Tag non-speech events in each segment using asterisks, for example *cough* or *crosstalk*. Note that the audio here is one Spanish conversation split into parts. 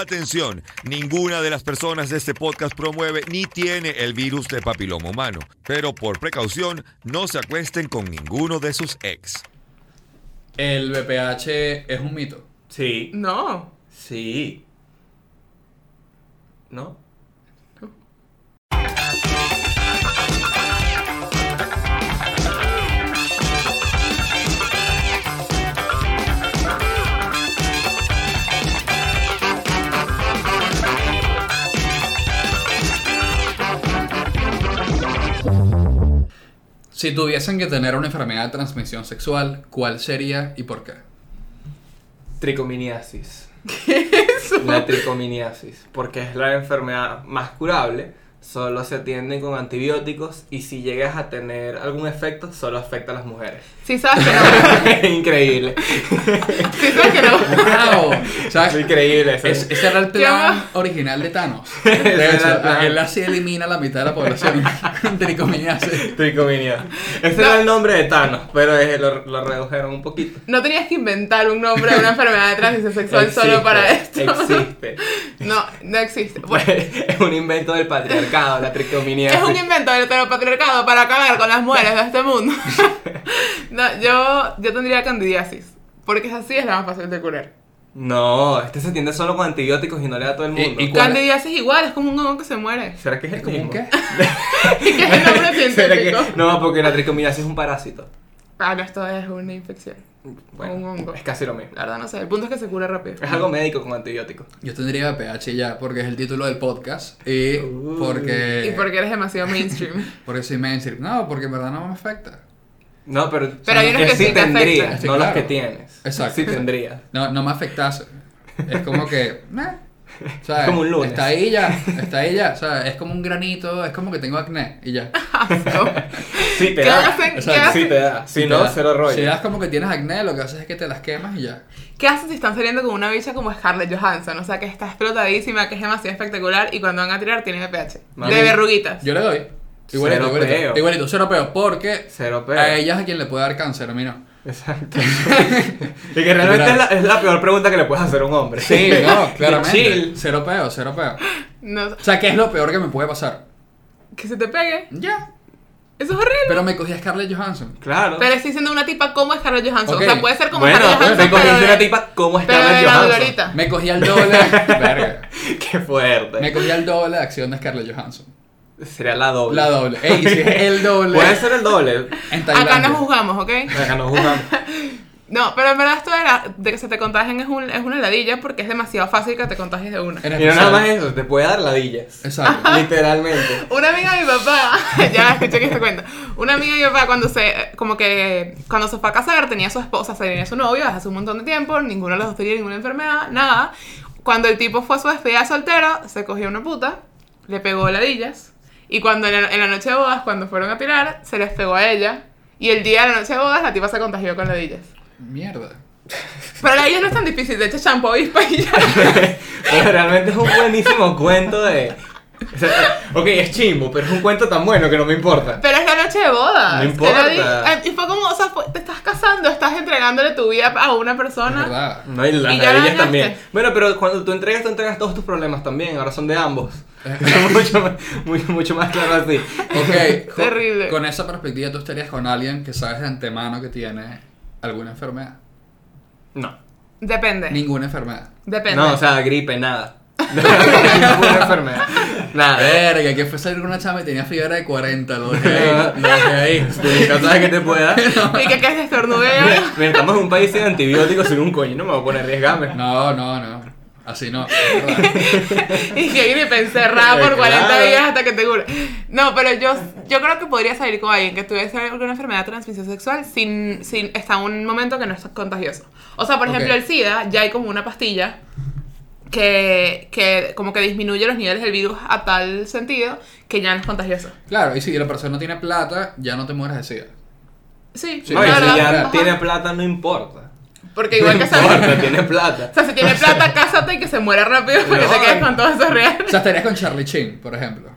Atención, ninguna de las personas de este podcast promueve ni tiene el virus de papiloma humano, pero por precaución no se acuesten con ninguno de sus ex. El BPH es un mito. Sí. No. Sí. ¿No? Si tuviesen que tener una enfermedad de transmisión sexual, ¿cuál sería y por qué? Tricominiasis. La tricominiasis, porque es la enfermedad más curable, solo se atienden con antibióticos y si llegas a tener algún efecto, solo afecta a las *laughs* mujeres. Sí sabes *laughs* que no. Increíble. Sí sabes que *laughs* no. ¡Wow! ¿Sabes? Increíble. eso. Es- ese era el plan original de *laughs* Thanos. De era hecho, el plan. él así elimina la mitad de la *laughs* población. Tricominiasis. Tricominiasis. Ese era el nombre de Thanos, pero eh, lo, lo redujeron un poquito. No tenías que inventar un nombre de una enfermedad de transmisión sexual solo Existe, para esto. Existe. No, no existe. *laughs* Bueno, *laughs* es un invento del patriarcado, la tricominiasis. *laughs* Es un invento del heteropatriarcado para acabar con las mujeres de este mundo. no, yo, yo tendría candidiasis. Porque es así, es la más fácil de curar. No, este se atiende solo con antibióticos y no le da a todo el ¿Y- mundo. y cuál- Candidiasis igual, es como un hongo que *laughs* se muere. ¿Será que es el ¿Cómo mismo? qué? ¿Y qué es *laughs* el nombre ¿Será que- científico? No, porque la tricominiasis es un parásito. Ah, no, esto es una infección. Un hongo. Es casi lo mismo. La verdad no sé, el punto es que se cura rápido. Es algo médico con antibióticos. Yo tendría BPH ya, porque es el título del podcast. Y Uh. porque. Y porque eres demasiado mainstream. *laughs* Porque soy mainstream. No, porque en verdad no me afecta. No, pero, Pero hay unos que sí te tendría, afectan. Sí, no los claro. que tienes. Exacto. *laughs* Sí tendría. No, no me afectase. Es como *laughs* que. meh, ¿sabes? Es como un lunes. Está ahí ya. Está ahí ya. ¿sabes? Es como un granito. Es como que tengo acné. Y *laughs* ya. Asco. Sí te ¿Qué da. hacen? O ¿Qué sea, sí hacen? te da. Si Te no, da- ah. cero rollo. Si das como que tienes acné, lo que haces es que te las quemas y ya. ¿Qué haces si están saliendo con una bicha como Scarlett Johansson? O sea, que está explotadísima, que es demasiado espectacular y cuando van a tirar tiene pH. Mami, de verruguitas. Yo le doy. Igualito, Cero igualito. peo. Igualito, cero peo. Porque Cero peo. a ellas a quien le puede dar cáncer, a mí no. *laughs* Exacto. y que realmente es la, es la peor pregunta que le puedes hacer a un hombre. Sí, *laughs* *laughs* no, claramente. Chill. Cero peo, cero peo. No, O sea, ¿qué es lo peor que me puede pasar? que se te pegue. Ya. Eso es horrible. Pero me cogí a Scarlett Johansson. Claro. Pero estoy siendo una tipa como Scarlett Johansson. Ok. O sea, puede ser como bueno, Scarlett Johansson. te cogiste pero una de- tipa como pero de Scarlett la Johansson. dolorita. Me cogí al doble. Verga. *laughs* Qué fuerte. Me cogí al doble de acción de Scarlett Johansson. Sería la doble. La doble. Ey, si es el doble. Puede ser el doble. En Tailandia. Acá nos juzgamos, ¿ok? Acá nos juzgan. No, pero en verdad esto de, la- de que se te contagien es, un- es una ladilla porque es demasiado fácil que te contagies de una. En Y no nada especial- más eso, te puede dar ladillas. Exacto. *laughs* Literalmente. Una amiga de mi papá, *laughs* ya escuché que este cuento. Una amiga de mi papá, cuando se, como que, cuando se fue a casar, tenía su esposa, o sea, tenía su novio desde hace un montón de tiempo, ninguno de los dos tenía ninguna enfermedad, nada. Cuando el tipo fue a su despedida soltero, se cogió una puta, le pegó ladillas, y cuando en la, en la noche de bodas, cuando fueron a tirar, se les pegó a ella, y el día de la noche de bodas, la tipa se contagió con ladillas. Mierda. Pero ladillas no es tan difícil, de hecho, champú avispa y ya. Pero realmente es un buenísimo cuento de. o sea, ok, es chimbo, pero es un cuento tan bueno que no me importa. Pero es la noche de bodas. No importa. Te lo di- eh, Y fue como, o sea, fue- te estás casando, estás entregándole tu vida a una Es persona. verdad. *laughs* No, y las Y ya ladillas ganaste. también. Bueno, pero cuando tú entregas, tú entregas todos tus problemas también. Ahora son de *laughs* ambos. Es mucho, más- muy- mucho más claro así. Ok. con- Terrible. Con esa perspectiva, tú estarías con alguien que sabes de antemano que tiene alguna enfermedad. No. Depende. Ninguna enfermedad. Depende. No, o sea, gripe, nada. *laughs* Ninguna enfermedad. Nada. eh. Verga, que fue a salir con una chama y tenía fiebre de 40. Lo dejé ahí. Lo dejé ahí. Sí, No sabes qué te puede dar. *laughs* y que, que se estornudea. Mira, mira, estamos en un país sin antibióticos, sin un coño. No me voy a poner riesgame. No, no, no. Así no. es verdad. y que gripe encerrada Eh, por 40 claro. días hasta que te cure. No, pero yo, yo creo que podría salir con alguien que tuviese alguna enfermedad de transmisión sexual sin, sin hasta un momento que no es contagioso. O sea, por Ok. ejemplo, el SIDA ya hay como una pastilla que, que como que disminuye los niveles del virus a tal sentido que ya no es contagioso. Claro, y si la persona no tiene plata, ya no te mueres de sida. Sí, Sí, No, la y si verdad, ya ajá. tiene plata, no importa. Porque igual que no importa, sabes. tiene *laughs* plata. O sea, si tiene plata, cásate y que se muera rápido para que No. te quedes con todo eso real. O sea, estarías con Charlie Chin, por ejemplo.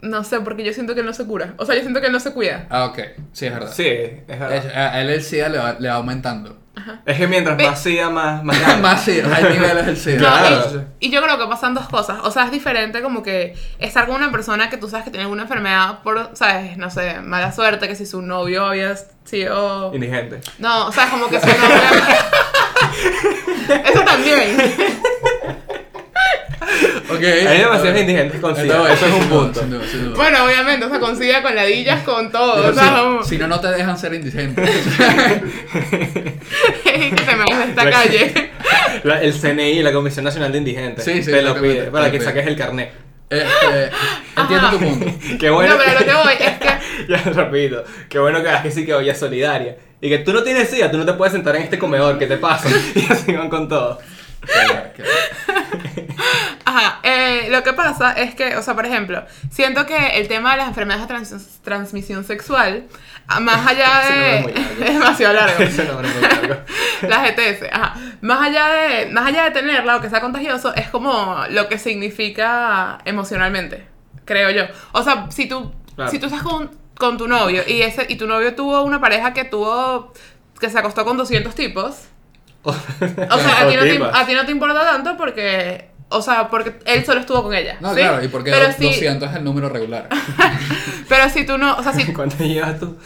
No sé, porque yo siento que él no se cura. O sea, yo siento que él no se cuida. Ah, ok. Sí, es verdad. Sí, es verdad. Es- a él el SIDA le va, le va aumentando. Es que mientras Ve- más SIDA, más, más *laughs* grave. Más sí, hay niveles del SIDA. No, Claro. y- y, yo creo que pasan dos cosas. O sea, es diferente como que estar con una persona que tú sabes que tiene alguna enfermedad por, ¿sabes? No sé, mala suerte, que si su novio había sido... Indigente. No, o sea, como que su novio... Eso también. Ok. Hay demasiados indigentes con Entonces, SIDA. Eso es un sin duda, punto. sin duda, sin duda. Bueno, obviamente, o sea, con sida, con ladillas, con todo. O Pero sea, si- como- *laughs* si no, no te dejan ser indigente. que te me vayas de esta calle. *laughs* La- el CNI, la Comisión Nacional de Indigentes, Sí, sí, te lo exactamente, pide para te que lo pide. saques el carnet. *laughs* Este, Ah. entiendo tu punto. Qué bueno. No, pero lo que voy es que... *laughs* ya repito, qué bueno que la gente sí que hoy es solidaria. Y que tú no tienes sida, tú no te puedes sentar en este comedor, ¿qué te pasa? *laughs* Y así van con todo. Que- que- Ajá, eh, lo que pasa es que, o sea, por ejemplo, siento que el tema de las enfermedades de trans- transmisión sexual, a- más *laughs* allá Ese de... nombre es muy largo. *laughs* es demasiado *laughs* largo. Eso no, no, no, no. La GTS, ajá. Más allá de, más allá de tenerla o que sea contagioso, es como lo que significa emocionalmente, creo yo. O sea, si tú, Claro. si tú estás con, con tu novio y, ese, y tu novio tuvo una pareja que tuvo, que se acostó con 200 tipos, o sea, a ti, no te, Tipas. a ti no te importa tanto porque, o sea, porque él solo estuvo con ella. No, ¿sí? claro, y porque pero lo, si, siento es el número regular. Pero si tú no, *laughs* o sea, *laughs* si... ¿Cuánto llevas tú?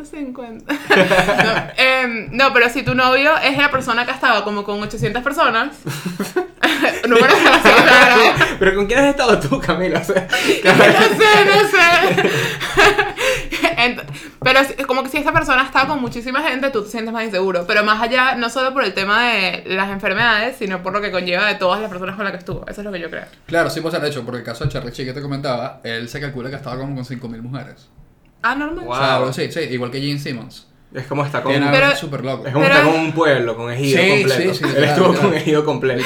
150. no, em, no, pero si tu novio es la persona que ha estado como con 800 personas, *laughs* número demasiado raro. *laughs* Pero ¿con quién has estado tú, Camila? O sea, *laughs* No sé, no sé. *laughs* Ent- pero es es como que si esta persona ha estado con muchísima gente, tú te sientes más inseguro. Pero más allá, no solo por el tema de las enfermedades, sino por lo que conlleva de todas las personas con las que estuvo. Eso es lo que yo creo. Claro, sí, pues el hecho, porque el caso de Charlie Chi que te comentaba, él se calcula que estaba como con 5.000 mujeres. Ah, normal. O Wow. sea, bueno, sí, sí, igual que Gene Simmons. es como estar con, Tiene Pero- algo súper loco. es como pero- estar con un pueblo, con ejido Sí, completo. sí, sí, Él claro, estuvo claro. con ejido completo.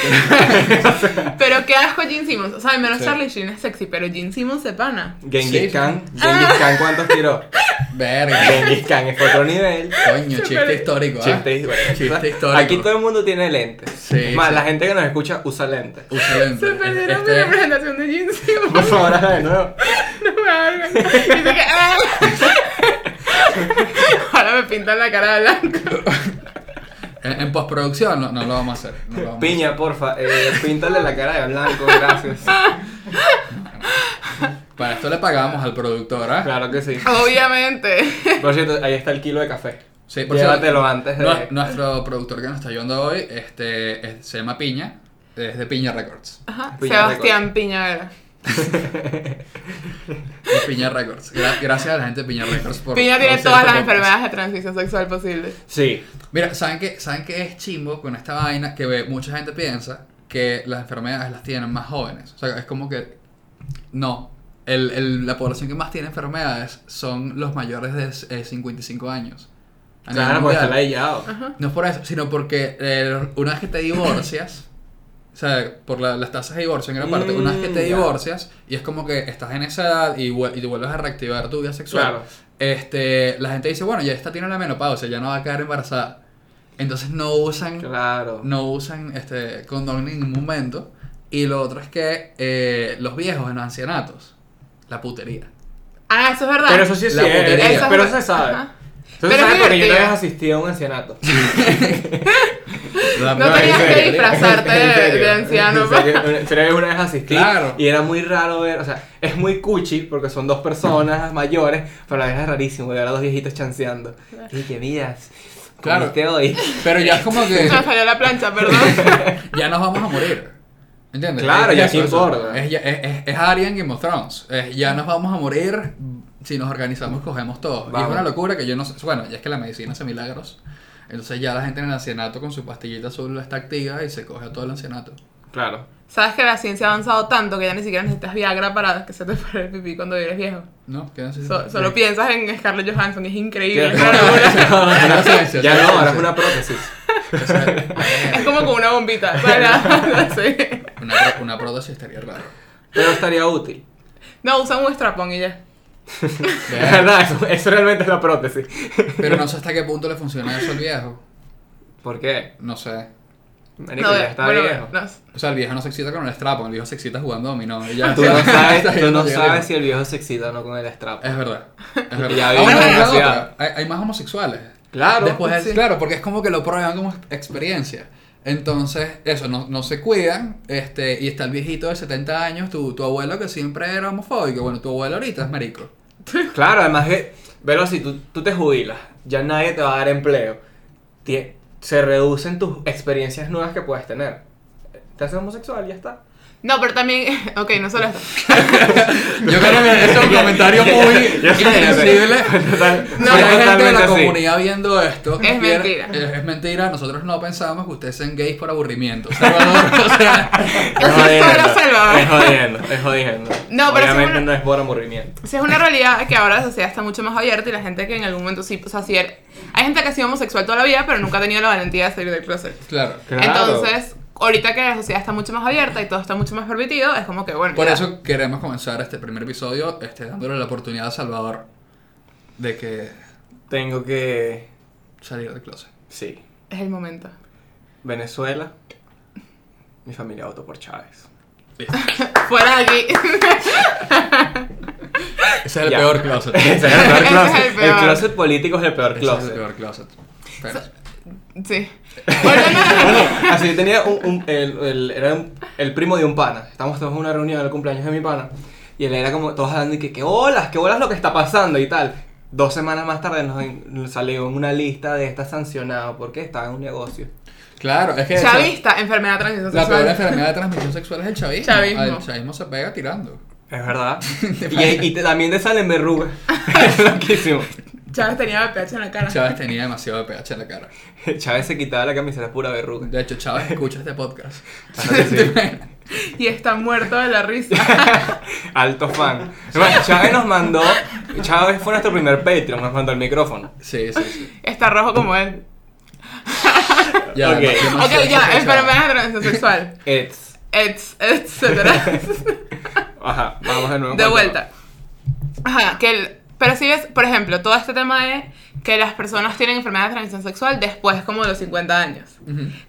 Pero qué asco Gene Simmons. O sea, al menos Sí. Charlie Sheen es sexy, pero Gene Simmons se pana. Genghis Sí. *laughs* Khan, Genghis Khan, ¿cuántos tiró? *laughs* Verga. Genghis Khan es otro nivel. Coño, chiste histórico. ¿ah? Chiste histórico. Chiste histórico. Aquí todo el mundo tiene lentes. Sí, Más, sí. la gente que nos escucha usa lentes. Excelente. Se perdieron mi Este- representación de Gene Simmons. Por favor, hazla de nuevo. No me hagan. Y se que- ¡Ah! Ahora me pintan la cara de blanco. En, en postproducción no, no lo vamos a hacer. no lo vamos a Piña, porfa, eh, píntale la cara de blanco, gracias. hacer. Para esto le pagamos al productor, ¿ah? Claro que sí. Obviamente. Por cierto, ahí está el kilo de café. Sí, Llévatelo antes de- nue- nuestro productor que nos está ayudando hoy este, es- se llama Piña, es de Piña Records. Ajá, Piña Sebastián Piñavera. de Piña Records. Gra- gracias a la gente de Piña Records por. Piña tiene por ser todas las productor. enfermedades de transición sexual posibles. Sí. Mira, ¿saben qué, ¿saben qué es chimbo con esta vaina que ve- mucha gente piensa que las enfermedades las tienen más jóvenes? O sea, es como que. No. El, el- la población que más tiene enfermedades son los mayores de eh, 55 años. A nivel Claro, porque mundial. está ladillado. No es por eso, sino porque eh, una vez que te divorcias, o sea, por la- las tasas de divorcio en gran parte, una vez que Mm, te ya. divorcias y es como que estás en esa edad y, vuel- y te vuelves a reactivar tu vida sexual, Claro. este, la gente dice, bueno, ya esta tiene la menopausia, ya no va a quedar embarazada. Entonces no usan, Claro. no usan este, condón en ningún momento. Y lo otro es que eh, los viejos en los ancianatos, la putería. Ah, eso es verdad. Pero eso sí es La cierto. putería. Eso es- Pero eso se sabe. Ajá. Eso Pero se es sabe porque yo divertido. una vez asistí a un *laughs* ancianato. No en tenías que serio. disfrazarte En de- serio. de anciano. En serio, en serio, una vez asistí Claro. y era muy raro ver, o sea, es muy cuchi porque son dos personas mayores, pero a la vez es rarísimo ver a dos viejitos chanceando. Y que miras, Claro. comiste hoy. Pero ya es como *laughs* que... Se me salió la plancha, perdón. *laughs* ya nos vamos a morir. ¿Entiendes? Claro, Es ya eso, qué eso. importa. Es, ya- es, es, es Arian Game of Thrones. Es, ya nos vamos a morir. Si nos organizamos, cogemos todo. Y es Vamos. una locura que yo no sé. Bueno, ya es que la medicina hace milagros. Entonces ya la gente en el ancianato con su pastillita azul está activa y se coge a todo el ancianato. *laughs* Claro. Sabes que la ciencia ha avanzado tanto que ya ni siquiera necesitas Viagra para que se te pare el pipí cuando eres viejo. ¿No? ¿Qué So- solo piensas en Scarlett Johansson, es increíble. Claro. es *laughs* una locura. Ya no, ahora es una prótesis. *laughs* es como con *laughs* una bombita. ¿sabes? *laughs* No sé. Una, pró- una prótesis estaría raro. Pero estaría útil. No, usan un strapón y ya. Eh. *laughs* Es verdad, eso, eso realmente es la prótesis. Pero no sé hasta qué punto le funciona eso al viejo. ¿Por qué? No sé. Marico, no, ya está bueno, viejo. no. O sea, el viejo no se excita con el strapo, el viejo se excita jugando dominó. y ya. Tú no sabes, *laughs* tú Está no bien, sabes si el viejo se excita o no con el strap. Es verdad. Es verdad. Ya Ah, vimos bueno, la es la sociedad. otra. hay, hay más homosexuales. Claro. Después, sí. claro, porque es como que lo prueban como experiencia. Entonces, eso, no, no se cuidan. Este, y está el viejito de 70 años, tu, tu abuelo que siempre era homofóbico. Bueno, tu abuelo ahorita es marico. Claro, además que, velo si tú, tú te jubilas, ya nadie te va a dar empleo. Tie- se reducen tus experiencias nuevas que puedes tener. Te haces homosexual, ya está. No, pero también, *laughs* ok, no solo esto. Yo creo que ese es un comentario muy Ya sé, ya sé. insensible. Total- No, hay gente de la así. comunidad viendo esto. Es Quiere- mentira. Es, es mentira. Nosotros no pensamos que ustedes sean gays por aburrimiento. Salvador, o sea, Es jodiendo, Solo salva. es jodiendo, es jodiendo. No, pero Obviamente seguro- no es por aburrimiento. Sí, es una realidad que ahora la sociedad está mucho más abierta y la gente que en algún momento sí, o sea, sí era- hay gente que ha sido homosexual toda la vida, pero nunca ha tenido la valentía de salir del closet. claro. Claro. Entonces, ahorita que la sociedad está mucho más abierta y todo está mucho más permitido, es como que, bueno, Por ya. eso queremos comenzar este primer episodio este, dándole la oportunidad a Salvador de que Tengo que... salir del closet. Sí. es el momento. Venezuela. Mi familia votó por Chávez. Fuera de aquí. *laughs* *laughs* Ese es el Ya. peor closet. *laughs* Ese es el Ese peor es closet. el el, peor. closet político es el peor Ese es el closet. peor closet. Pero- sí. Volviendo a la- Así yo tenía un, un- el, el- era un- el primo de un pana. Estábamos todos en una reunión del cumpleaños de mi pana. Y él era como todos hablando y que, qué olas, qué olas lo que está pasando y tal. Dos semanas más tarde nos, en- nos salió una lista de estas sancionadas porque estaba en un negocio. Claro, es que eso- Chavista, enfermedad de transmisión la peor sexual. enfermedad de transmisión sexual es el chavismo. Chavismo. Ah, El chavismo se pega tirando. Es *laughs* verdad. y, y te- también te salen verrugas. *laughs* es loquísimo. Chávez tenía BPH en la cara. Chávez tenía demasiado de pH en la cara. Chávez se quitaba la camisa, era pura verruga. De hecho, Chávez escucha este podcast. Claro que Ah, sí. Y está muerto de la risa. *laughs* Alto fan. Bueno, Chávez nos mandó. Chávez fue nuestro primer Patreon, nos mandó el micrófono. *laughs* Sí, sí, sí. Está rojo como él. Ya, demasiado Ok. Ok, ya, sospechoso. enfermedad de transmisión sexual. *laughs* Eds. Ets, *laughs* etcétera. Ajá, vamos de nuevo. De con vuelta. Ajá, que el, pero si ves, por ejemplo, todo este tema de que las personas tienen enfermedad de transmisión sexual después como de los 50 años.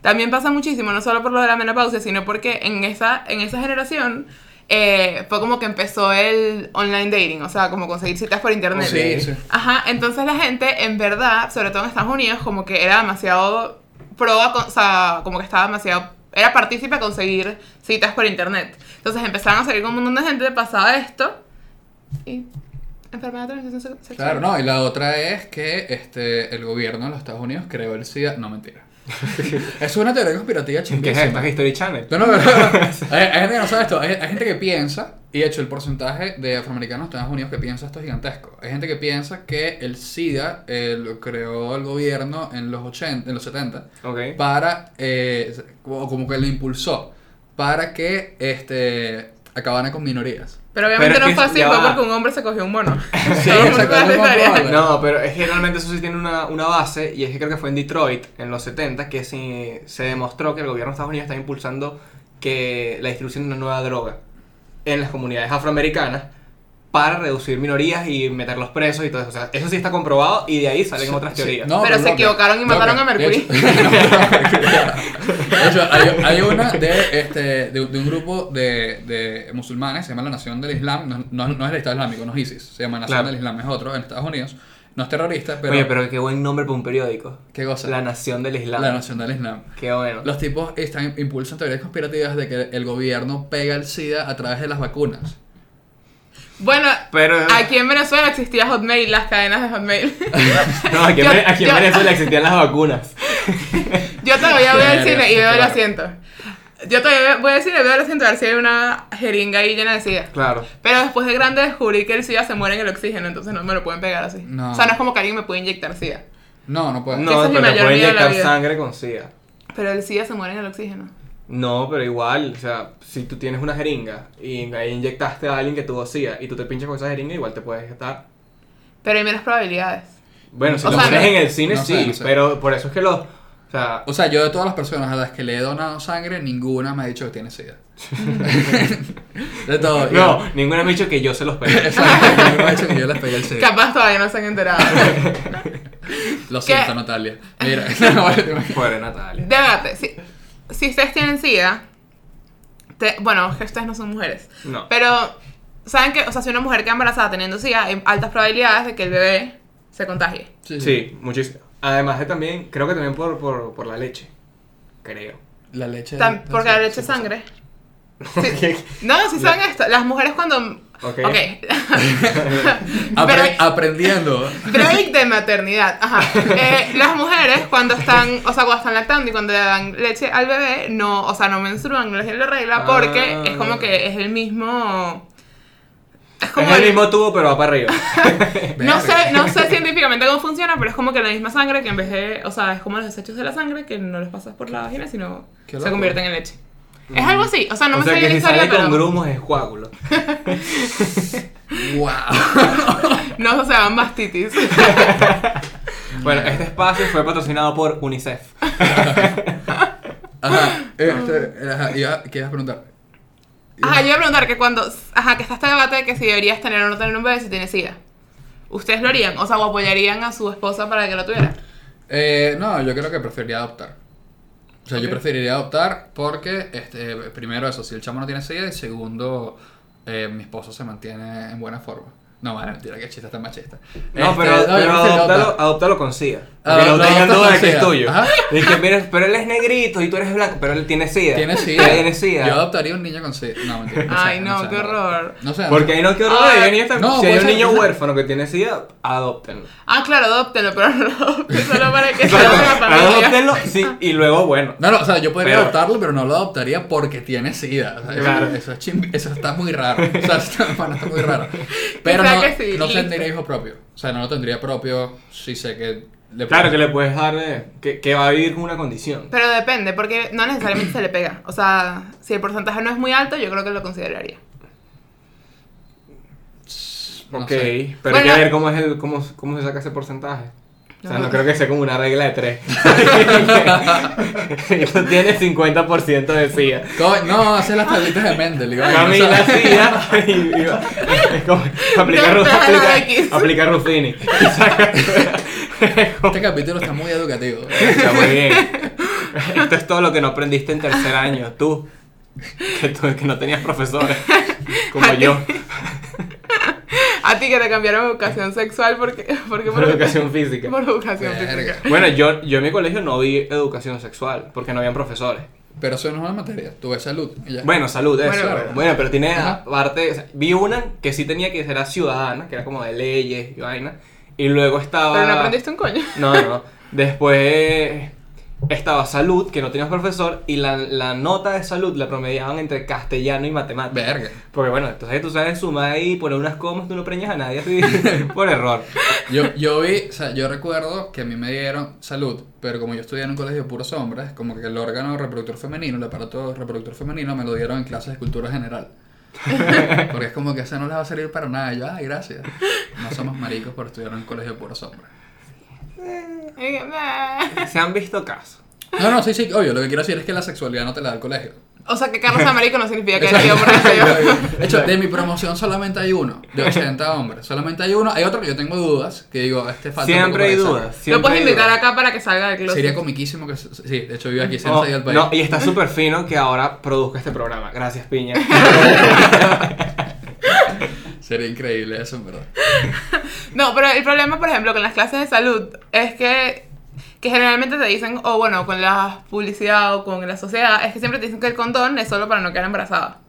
También pasa muchísimo, no solo por lo de la menopausia, sino porque en esa, en esa generación eh, fue como que empezó el online dating, o sea, como conseguir citas por internet. Sí, sí. Ajá, entonces la gente, en verdad, sobre todo en Estados Unidos, como que era demasiado pro, a con- o sea, como que estaba demasiado, era partícipe a conseguir citas por internet. Entonces empezaron a salir con un montón de gente, pasaba esto y enfermedad de transmisión se- sexual. Claro, no, y la otra es que este, el gobierno de los Estados Unidos creó el SIDA. No, *laughs* mentira. es una teoría conspirativa Chávez. ¿Qué es esto? chinguísima. ¿Es History Channel? No, no, no, no. Hay, hay gente que no sabe esto. Hay, hay gente que piensa, y de hecho el porcentaje de afroamericanos en Estados Unidos que piensa esto es gigantesco. Hay gente que piensa que el SIDA eh, lo creó el gobierno en los 80, en los 70 Ok. para, eh, como, como que lo impulsó, para que este, acabaran con minorías. Pero obviamente Pero no es fue que así, ya fue va. porque un hombre se cogió un mono. Sí, Todo el mundo exacto, sabe no esa historia. controla. No, pero es que realmente eso sí tiene una, una base y es que creo que fue en Detroit en los 70 que se, se demostró que el gobierno de Estados Unidos está impulsando que la distribución de una nueva droga en las comunidades afroamericanas para reducir minorías y meterlos presos y todo eso. O sea, eso sí está comprobado y de ahí salen otras Sí, teorías. no, Pero se loca, equivocaron y mataron a de hecho- *laughs* De hecho, hay, hay una de, este, de, de un grupo de, de musulmanes, se llama la Nación del Islam, no, no- no es el Estado Islámico, no es ISIS, se llama Nación Claro. del Islam, es otro, en Estados Unidos, no es terrorista, pero, Oye, pero qué buen nombre para un periódico. ¿qué cosa? La Nación del Islam. La Nación del Islam. Qué bueno. Los tipos están impulsan teorías conspirativas de que el gobierno pega el SIDA a través de las vacunas. Bueno, Pero aquí en Venezuela existía Hotmail, las cadenas de Hotmail. *laughs* no, aquí, en yo- Vene- aquí en yo- Venezuela existían las vacunas. Yo todavía voy al Verga, cine y sí, veo el claro. asiento. Yo todavía voy al cine y veo el asiento a ver si hay una jeringa ahí llena de sida. Claro. Pero después de grande descubrí que el sida se muere en el oxígeno, entonces no me lo pueden pegar así. No. O sea, no es como que alguien me puede inyectar sida. No, no puede. Ese No, Pues, es mi pero te mayor pueden miedo de la inyectar vida. sangre con SIDA. Pero el sida se muere en el oxígeno. No, pero igual, o sea, si tú tienes una jeringa y ahí inyectaste a alguien que tuvo SIDA y tú te pinchas con esa jeringa, igual te puedes estar. Pero hay menos probabilidades. Bueno, si O lo sea, pones no- en el cine, no sí, sé, no sé. pero por eso es que los. O sea, O sea, yo de todas las personas a las que le he donado sangre, ninguna me ha dicho que tiene *laughs* SIDA. *laughs* de todo. no, ninguna me ha dicho que yo *laughs* se los pegué. Exacto, ninguna me ha dicho *laughs* que yo les pegué el SIDA. Capaz todavía no se han enterado. Lo siento, ¿Qué? Natalia. Mira, *laughs* no, vale, te imagino. Pobre Natalia. Debate. Si, si ustedes tienen sida, te- bueno, es que ustedes no son mujeres. No. Pero, ¿saben que O sea, si una mujer queda embarazada teniendo sida, hay altas probabilidades de que el bebé se contagie. Sí, muchísimo. Además de también, creo que también por, por, por la leche. Creo. La leche. Tam- porque la leche es sangre. *laughs* No, si saben esto, las mujeres cuando... Ok. Ok. Apre- Pero- aprendiendo. Break de maternidad. Ajá. Eh, las mujeres cuando están, o sea, cuando están lactando y cuando le dan leche al bebé, no, o sea, no menstruan, no les viene la regla porque Ah. es como que es el mismo. Es como es el el- mismo tubo, pero va para arriba. No sé, no sé científicamente cómo funciona, pero es como que la misma sangre que en vez de, o sea, es como los desechos de la sangre que no los pasas por la vagina, sino Qué se loco. convierten en leche. Es algo así, o sea, no Mm. o me sea sé que bien la si historia, sale pero con grumos es coágulo. ¡Wow! no se van mastitis. Bueno, este espacio fue patrocinado por UNICEF. Ajá, este, ajá, iba- ¿qué ibas a preguntar? Ajá, Ah. yo iba a preguntar que cuando, ajá, que está este debate de que si deberías tener o no tener un bebé si tienes SIDA. ¿Ustedes lo harían? O sea, ¿o apoyarían a su esposa para que lo tuviera? Eh, no, yo creo que preferiría adoptar. O sea, yo Ok. preferiría adoptar porque, este, primero eso, si el chamo no tiene sida y segundo, eh, mi esposo se mantiene en buena forma. No, vale, mentira, que chiste tan machista. No, Este, pero, yo pero prefiero adoptalo, adoptar. adoptalo con SIDA. Ah, Que no lo tengan adopto duda con de que es SIDA. tuyo. Ajá. Dije, mira, pero él es negrito y tú eres blanco, pero él tiene SIDA. Tiene Él sida. Tiene SIDA. Yo adoptaría un niño con sida. No, mentira. Ay, sé, no, sé, qué horror. No sé. no Porque sé. ahí no quiero Ah, de venir no, Si hay pues, un niño ajá. huérfano que tiene SIDA, adoptenlo. Ah, claro, adóptelo, pero *laughs* no lo adoptes solo para que sea de la familia. Adoptenlo, sí, y luego, bueno. No, no, o sea, yo podría Pero- adoptarlo, pero no lo adoptaría porque tiene sida. O sea, eso- Claro. eso, es chimbi- eso está muy raro. O sea, está, bueno, está muy *laughs* raro. Pero O sea no, que sí, no listo. tendría hijo propio. O sea, no lo tendría propio si sé que... le- Claro que le puedes dar eh, que, que va a vivir con una condición. Pero depende, porque no necesariamente se le pega. O sea, si el porcentaje no es muy alto, yo creo que lo consideraría. no ok, sé. pero hay que Bueno. ver cómo, es el, cómo, cómo se saca ese porcentaje. O sea, no Ajá. creo que sea como una regla de *laughs* tres. *laughs* Tú tienes 50% de SIDA. Co- No, hace las tablitas de Mendel. digo, bueno, o Camila sea, SIDA y, y va- es *laughs* como aplicar, Ru- No, no, no, aplicar- X. aplicar *laughs* Ruffini. Este capítulo está muy educativo. Está muy bien. Esto es todo lo que no aprendiste en tercer año, tú. Que, tú, que no tenías profesores, como *laughs* yo, A ti que te cambiaron educación sexual porque, porque por educación física. Por educación Verga. física. Bueno, yo, yo en mi colegio no vi educación sexual, porque no habían profesores. Pero eso no es una materia. Tuve salud. y ya. Bueno, salud, eso. Bueno, Bueno, bueno. pero tiene Ajá. aparte, o sea, vi una que sí tenía que ser ciudadana, que era como de leyes y vaina, y luego estaba... Pero no aprendiste un coño. No, no. Después estaba salud, que no tenías profesor, y la, la nota de salud la promediaban entre castellano y matemáticas. Verga. Porque bueno, entonces tú sabes sumar y poner unas comas, tú no preñas a nadie así *laughs* por error. Yo, yo vi, o sea, yo recuerdo que a mí me dieron salud, pero como yo estudié en un colegio de puros hombres, como que el órgano reproductor femenino, el aparato reproductor femenino, me lo dieron en clases de cultura *laughs* general. Porque es como que ese no les va a servir para nada. Y yo, ay, gracias. No somos maricos por estudiar en un colegio de puros hombres. Se han visto casos. No, no, sí, sí, obvio. Lo que quiero decir es que la sexualidad no te la da el colegio. O sea, que Carlos Américo no significa que haya sido por eso. *laughs* De hecho, de mi promoción solamente hay uno, de 80 hombres. Solamente hay uno. Hay otro que yo tengo dudas, que digo, este falta. un poco Siempre hay para esa. dudas. Lo siempre puedes hay invitar dudas. acá para que salga del closet. Sería comiquísimo que. se- Sí, de hecho, vive aquí, se Oh, nos ha ido al país. no, y está súper fino que ahora produzca este programa. Gracias, *laughs* Piña. Sería increíble eso, en verdad. No, pero el problema, por ejemplo, con las clases de salud es que, que generalmente te dicen, o bueno, con la publicidad o con la sociedad, es que siempre te dicen que el condón es solo para no quedar embarazada.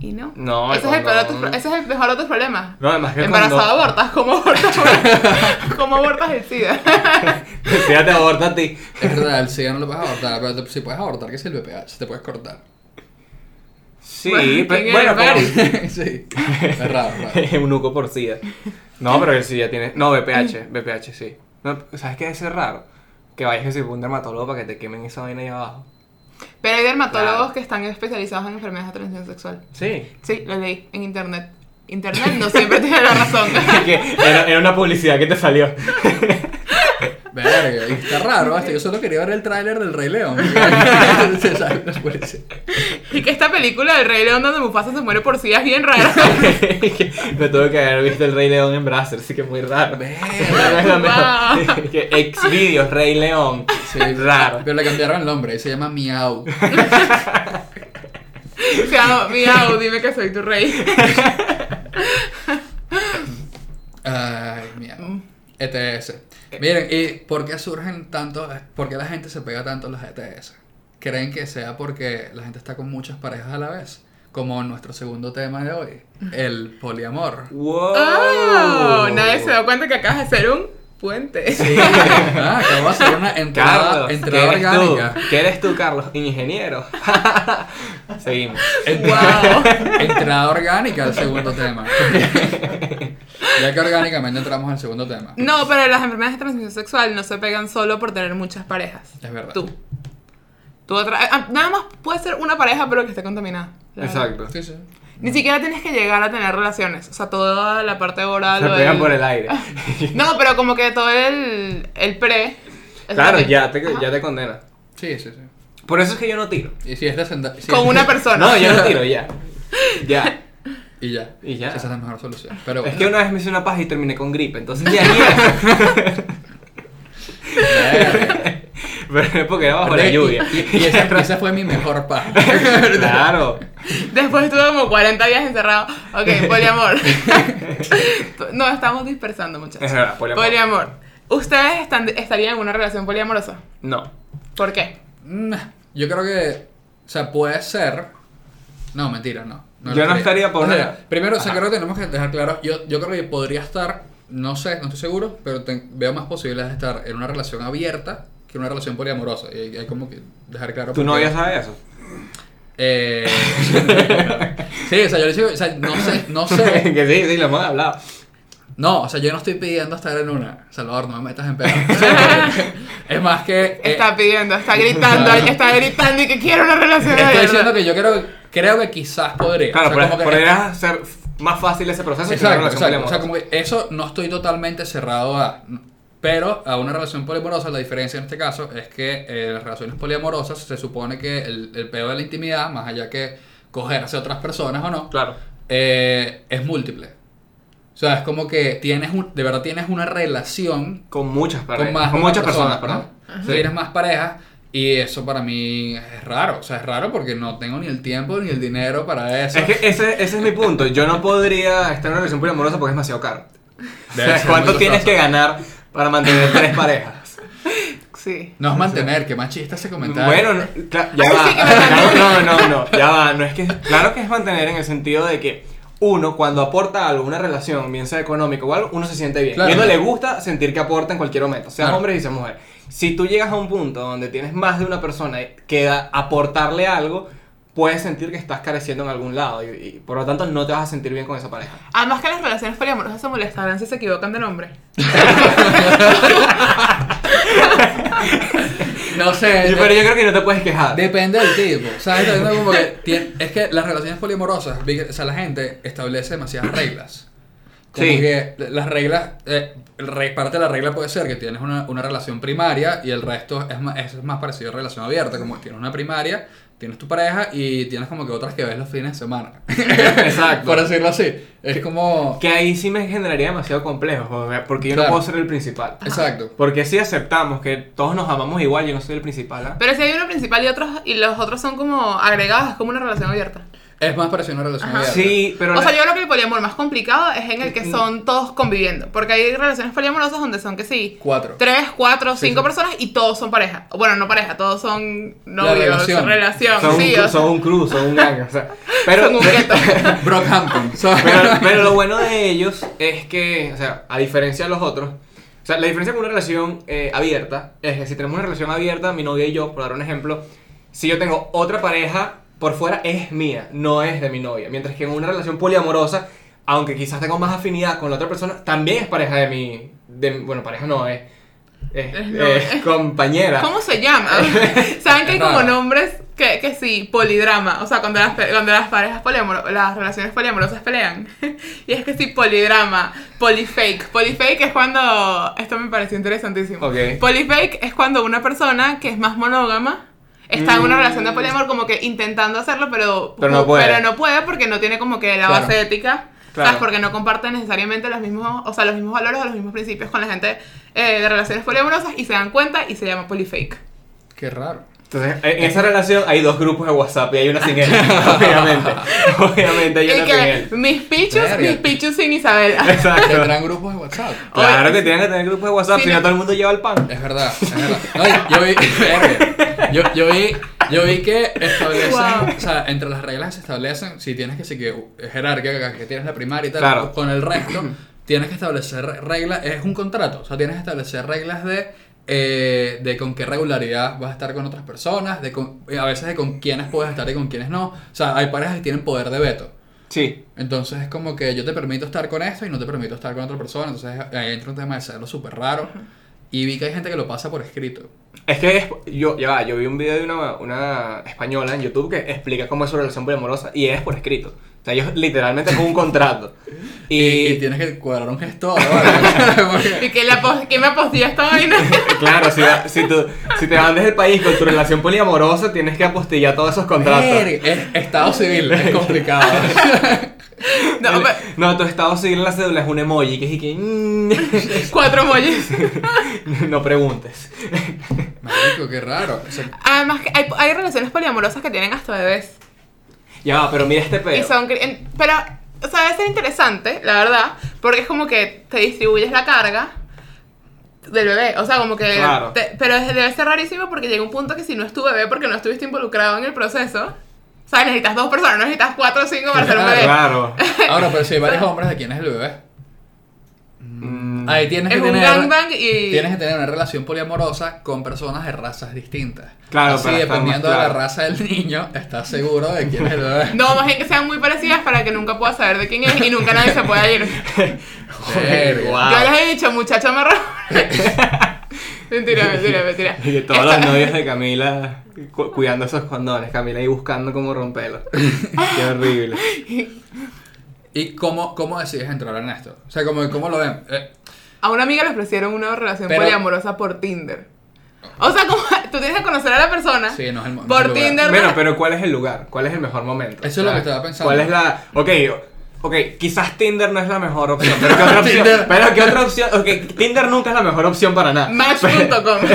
Y no. No, el ese, es el peor de tus condón- pro- ese es el mejor de tus problemas. No, además que Embarazada cuando- abortas, ¿cómo abortas? ¿Cómo abortas el SIDA? *laughs* Fíjate, aborta a ti. Es verdad, el SIDA no lo puedes abortar, pero te- si puedes abortar, que es el BPH, te puedes cortar. *laughs* Sí, Bueno, pero ¿quién bueno, es como- Barry? sí, es raro, raro. *laughs* Eunuco por SIDA. No, pero el SIDA tiene. No, *laughs* BPH, BPH, sí. No, ¿Sabes qué es raro? Que vayas a decir un dermatólogo para que te quemen esa vaina ahí abajo. Pero hay dermatólogos Claro. que están especializados en enfermedades de transmisión sexual. Sí. Sí, lo leí en internet. Internet no siempre *laughs* tiene la *laughs* razón. *laughs* que era, era una publicidad que te salió. *laughs* Verga, y está raro, hasta yo solo quería ver el tráiler del Rey León. *laughs* Se sabe, no puede ser. y que esta película del Rey León donde Mufasa se muere por sí es bien rara. *laughs* Que Me tuve que haber visto el Rey León en Brazzers, así que muy raro. *laughs* No es lo *laughs* mismo. *laughs* Que ex vídeos, Rey León. Sí, Raro. Pero le cambiaron el nombre, se llama Miau. O sea, miau, dime que soy tu rey. Mm. Ay, Miau. ETS. E Eh. Miren, ¿y por qué surgen tanto, por qué la gente se pega tanto a los ETS? ¿Creen que sea porque la gente está con muchas parejas a la vez? Como nuestro segundo tema de *laughs* hoy, el *laughs* poliamor. ¡Wow! ¡Oh! Nadie se da cuenta que acabas de ser un puente. *laughs* ah, acabo de hacer una entrada, Carlos, entrada ¿qué eres tú? orgánica. ¿Qué eres tú, Carlos? Ingeniero. *laughs* Seguimos. Entrada, entrada orgánica al segundo *laughs* tema. ya que orgánicamente entramos al segundo tema. No, pero las enfermedades de transmisión sexual no se pegan solo por tener muchas parejas. Es verdad. Tú. Tú otra- ah, Nada más puede ser una pareja, pero que esté contaminada. la verdad. Exacto. Sí, sí. Ni siquiera tienes que llegar a tener relaciones. O sea, toda la parte oral. Se o pegan el- por el *laughs* aire. *laughs* No, pero como que todo el, el pre. es Claro, también- ya te, Ajá. ya te condena. Sí, sí, sí. Por eso es que yo no tiro. Y si es descendente. *laughs* Con una persona. No, yo no tiro, ya. Ya. Y ya. Y ya. Esa es la mejor solución. Pero Es bueno. que una vez me hice una paja y terminé con gripe, entonces ya ni eso. *laughs* Pero es porque era *laughs* bajo la Y- lluvia. Y, y esa, esa fue mi mejor paja. Claro. Después estuve como 40 días encerrado. *laughs* Ok, poliamor. *laughs* no, estamos dispersando, muchachos. Es verdad, poliamor. Poliamor. ¿Ustedes están- estarían en una relación poliamorosa? No. ¿Por qué? Mm, Yo creo que. O sea, puede ser. No, mentira, no. Yo lo no estaría por O sea, nada. Primero, o sea, Ajá. creo que tenemos que dejar claro. Yo, yo creo que podría estar. No sé, no estoy seguro, pero te- veo más posibilidades de estar en una relación abierta que en una relación poliamorosa. Y hay, hay como que dejar claro. ¿Tu porque- novia sabe eso? Eh, *laughs* sí, o sea, yo le digo, o sea, no sé, no sé. *laughs* que sí, sí, lo hemos hablado. No, o sea, yo no estoy pidiendo estar en una. Salvador, no me metas en pedo. *laughs* es más que. eh, Está pidiendo, está *laughs* gritando, claro. está gritando y que quiere una relación estoy abierta. diciendo que yo creo, creo que quizás podría. Claro, O sea, pero como que- podría ser más fácil ese proceso que una Exacto, relación exacto. O sea, poliamorosa. como que eso no estoy totalmente cerrado a. Pero a una relación poliamorosa, la diferencia en este caso es que eh, las relaciones poliamorosas se supone que el, el pedo de la intimidad, más allá que cogerse a otras personas o no, Claro. eh, es múltiple. O sea, es como que tienes un, de verdad tienes una relación Con muchas parejas. con más Con de una muchas personas, persona, perdón. ¿no? Sí, Tienes más parejas y eso para mí es raro, o sea, es raro porque no tengo ni el tiempo ni el dinero para eso. Es que ese, ese es mi punto. Yo no podría estar en una relación poliamorosa porque es demasiado caro. Debe O sea, ser ¿Cuánto muy tienes costoso. que ganar para mantener tres parejas? Sí. No es mantener, que machista ese comentario. Bueno, no, cla- ya Ay, va. sí, que me mandé. *laughs* No, no, no, no, ya va. No es que, claro que es mantener en el sentido de que uno, cuando aporta algo, una relación, bien sea económico o algo, uno se siente bien. Claro. Y a uno le gusta sentir que aporta en cualquier momento, seas Claro. hombre y seas mujer. Si tú llegas a un punto donde tienes más de una persona que da- aportarle algo, puedes sentir que estás careciendo en algún lado y, y por lo tanto no te vas a sentir bien con esa pareja. Además que las relaciones poliamorosas se molestarán si se equivocan de nombre. no Eh, sé. Yo- yo- pero yo creo que no te puedes quejar. Depende del tipo, ¿sabes? También como *laughs* que tiene- es que las relaciones poliamorosas, vi que- o sea, la gente establece demasiadas reglas. Como Sí. que las reglas, eh, el re- parte de la regla puede ser que tienes una, una relación primaria y el resto es más, es más parecido a relación abierta, como que tienes una primaria, tienes tu pareja y tienes como que otras que ves los fines de semana. *laughs* *laughs* Exacto. *laughs* Por decirlo así. Es como... Que ahí sí me generaría demasiado complejo, porque yo Claro. no puedo ser el principal. Exacto. Porque si aceptamos que todos nos amamos igual, yo no soy el principal. ¿ah? Pero si hay uno principal y otros y los otros son como agregados, es como una relación abierta. Es más parecido a una relación abierta. Sí, pero O sea, la- yo creo que el poliamor más complicado es en *laughs* el que son todos conviviendo. Porque hay relaciones poliamorosas donde son que sí. Cuatro. Tres, cuatro, Sí, cinco sí. personas y todos son pareja. O Bueno, no pareja, todos son novios, relación. relación. son, un, sí, o sea, cru- son un cruz, son un gang. o sea, pero, *laughs* son un *laughs* gueto. Brockhampton. ¿sabes? *laughs* pero, pero lo bueno de ellos es que, o sea, a diferencia de los otros, o sea, la diferencia con una relación eh, abierta es que si tenemos una relación abierta, mi novia y yo, por dar un ejemplo, si yo tengo otra pareja por fuera, es mía, no es de mi novia. Mientras que en una relación poliamorosa, aunque quizás tengo más afinidad con la otra persona, también es pareja de mi. De, mi- bueno, pareja no es. Es, Es no. es *laughs* compañera. ¿Cómo se llama? *laughs* Saben que hay como Raro. nombres que, que sí, polidrama. O sea, cuando las, pe- cuando las parejas poliamorosas, las relaciones poliamorosas pelean. *laughs* y es que sí, polidrama, polifake. Polifake es cuando. Esto me pareció interesantísimo. Ok. Polifake es cuando una persona que es más monógama. Está en una Mm. relación de poliamor como que intentando hacerlo, pero, Pero no puede. pero no puede porque no tiene como que la Claro. base ética. Claro. ¿Sabes? Porque no comparten necesariamente los mismos, o sea, los mismos valores o los mismos principios con la gente eh, de relaciones poliamorosas y se dan cuenta y se llama polifake. Qué raro. Entonces, E, en esa relación hay dos grupos de WhatsApp y hay una *laughs* sin él, obviamente. Obviamente hay Y una sin que él. mis pichos, Verga. mis pichos *laughs* sin Isabela. Exacto. Tendrán grupos de WhatsApp. Claro que tienen que tener grupos de WhatsApp, Sí, si no no. todo el mundo lleva el pan. Es verdad, es verdad. No, yo- yo vi, *laughs* verga. yo, yo vi, yo vi que establecen, Wow. o sea, entre las reglas se establecen, si tienes que sí que uh, jerárquica, que tienes la primaria y tal, Claro. con el resto, tienes que establecer re- reglas, es un contrato, o sea, tienes que establecer reglas de, eh, de con qué regularidad vas a estar con otras personas, de con- y a veces de con quiénes puedes estar y con quiénes no, o sea, hay parejas que tienen poder de veto. Sí. Entonces es como que yo te permito estar con esto y no te permito estar con otra persona. Entonces ahí entra un tema de serlo súper raro. Y vi que hay gente que lo pasa por escrito. Es que es- yo, ya va, yo vi un video de una, una española en YouTube que explica cómo es su relación poliamorosa y es por escrito. O sea, ellos literalmente con un contrato. *laughs* Y, y Y tienes que cuadrar un gestor. *laughs* ¿vale? *laughs* Y Porque- que la pos- ¿quién me apostilla esta vaina? *laughs* claro, si, va- si, tú, si te van desde el país con tu relación poliamorosa, tienes que apostillar todos esos contratos. Verga, es estado civil, es *laughs* complicado. No, El- pero- no, tu estado civil en la cédula es un emoji que es y que. mm, pues, cuatro molles. *laughs* no preguntes. Marico, qué raro. O sea, Además, que hay, hay relaciones poliamorosas que tienen hasta bebés. Ya va, pero mira este pedo. Y son, cri- en- pero, o sea, debe ser interesante, la verdad, porque es como que te distribuyes la carga del bebé. O sea, como que. Claro. te- pero es- debe ser rarísimo porque llega un punto que si no es tu bebé porque no estuviste involucrado en el proceso, o sea, necesitas dos personas, no necesitas cuatro o cinco para ser un bebé. Claro. ahora, pero si hay varios hombres, ¿de quién es el bebé? Mm, Ahí tienes Es que un tener. gangbang y. Tienes que tener una relación poliamorosa con personas de razas distintas. Claro, Así, para estar dependiendo más de la claro. raza del niño, estás seguro de quién es el bebé. *laughs* No, más bien que sean muy parecidas para que nunca pueda saber de quién es y nunca nadie se pueda ir. Joder, Verga. guau. Yo les he dicho, muchacho marrón. *laughs* mentira, mentira, mentira. *laughs* Y que todos Esto- los novios de Camila cu- cuidando esos condones, Camila ahí buscando cómo romperlos. Qué horrible. ¿Y cómo, cómo decides entrar en esto? O sea, ¿cómo, cómo lo ven? Eh, A una amiga le ofrecieron una relación Pero- poliamorosa por Tinder. O sea, como *laughs* tú tienes que conocer a la persona Sí, no es el mo- no es por el lugar. Tinder. *laughs* Bueno, pero ¿cuál es el lugar? ¿Cuál es el mejor momento? Eso es lo que estaba pensando. ¿Cuál es la.? Ok, o- ok, quizás Tinder no es la mejor opción. *laughs* Pero ¿qué otra opción? Tinder. pero ¿qué otra opción? Ok, Tinder nunca es la mejor opción para nada. *laughs* Match.com.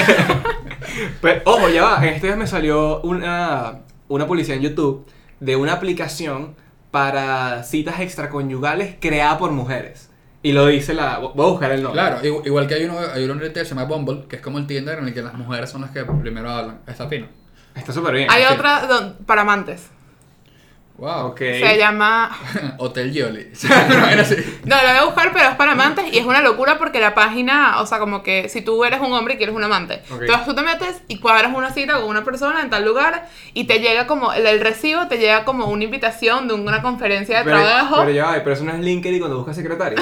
Pero, ojo, ya va. En este día me salió una, una publicidad en YouTube de una aplicación para citas extraconyugales creada por mujeres. Y lo dice la. Voy a buscar el nombre. Claro, igu- igual que hay uno, hay uno en el que se llama Bumble, que es como el Tinder en el que las mujeres son las que primero hablan. Está fino. Está súper bien. Hay Sí. otra don- para amantes. Wow. Ok. Se llama. *laughs* Hotel Yoli. *laughs* Sí, pero era así. No, la voy a buscar, pero es para amantes y es una locura porque la página, o sea, como que si tú eres un hombre y quieres un amante, Ok. entonces tú te metes y cuadras una cita con una persona en tal lugar y te llega como, el, el recibo te llega como una invitación de una conferencia de Pero, trabajo. pero ya va, pero eso no es LinkedIn cuando buscas secretario.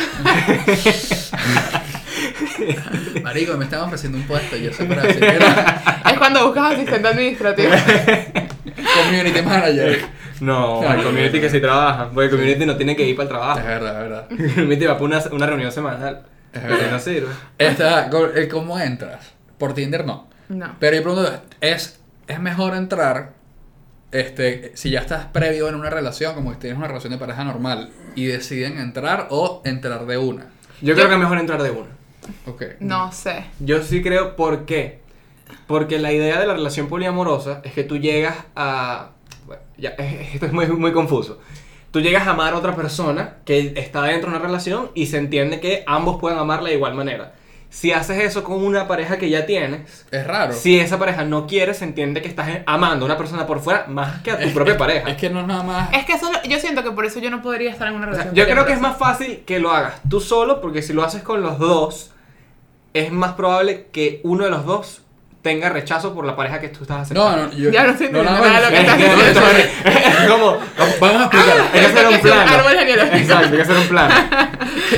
Marico, me estaban ofreciendo un puesto. Yo sé para decir que era *laughs* Es cuando *laughs* buscas asistente administrativo. community manager. No, Claro. el community que sí trabaja. Porque el community no tiene que ir para el Es trabajo. verdad, es verdad. El *laughs* community va para una, una reunión semanal. Es Pero verdad. no sirve. Esta, co- el ¿Cómo entras? Por Tinder no. No. Pero yo pregunto, ¿es, es mejor entrar este, si ya estás previo en una relación, como que tienes una relación de pareja normal, y deciden entrar o entrar de una? Yo, creo que es mejor entrar de uno. Ok. No sé. Yo sí creo, ¿por qué? Porque la idea de la relación poliamorosa es que tú llegas a... bueno, ya, esto es muy, muy confuso. Tú llegas a amar a otra persona que está dentro de una relación y se entiende que ambos pueden amarla de igual manera. Si haces eso con una pareja que ya tienes, Es raro. si esa pareja no quiere, se entiende que estás amando a una persona por fuera más que a tu propia pareja. Es que no es nada más. Es que eso, lo- yo siento que por eso yo no podría estar en una O sea, relación. yo creo que es poliamorosa. más fácil que lo hagas tú solo, porque si lo haces con los dos, es más probable que uno de los dos tenga rechazo por la pareja que tú estás haciendo. No, *laughs* no, yo. Ya no estoy entendiendo nada de lo que no, *laughs* estás no, diciendo. no, no, como, no. Vamos a explicar. hay que hacer un Es un plan. árbol genealógico. Exacto, hay que hacer un plan.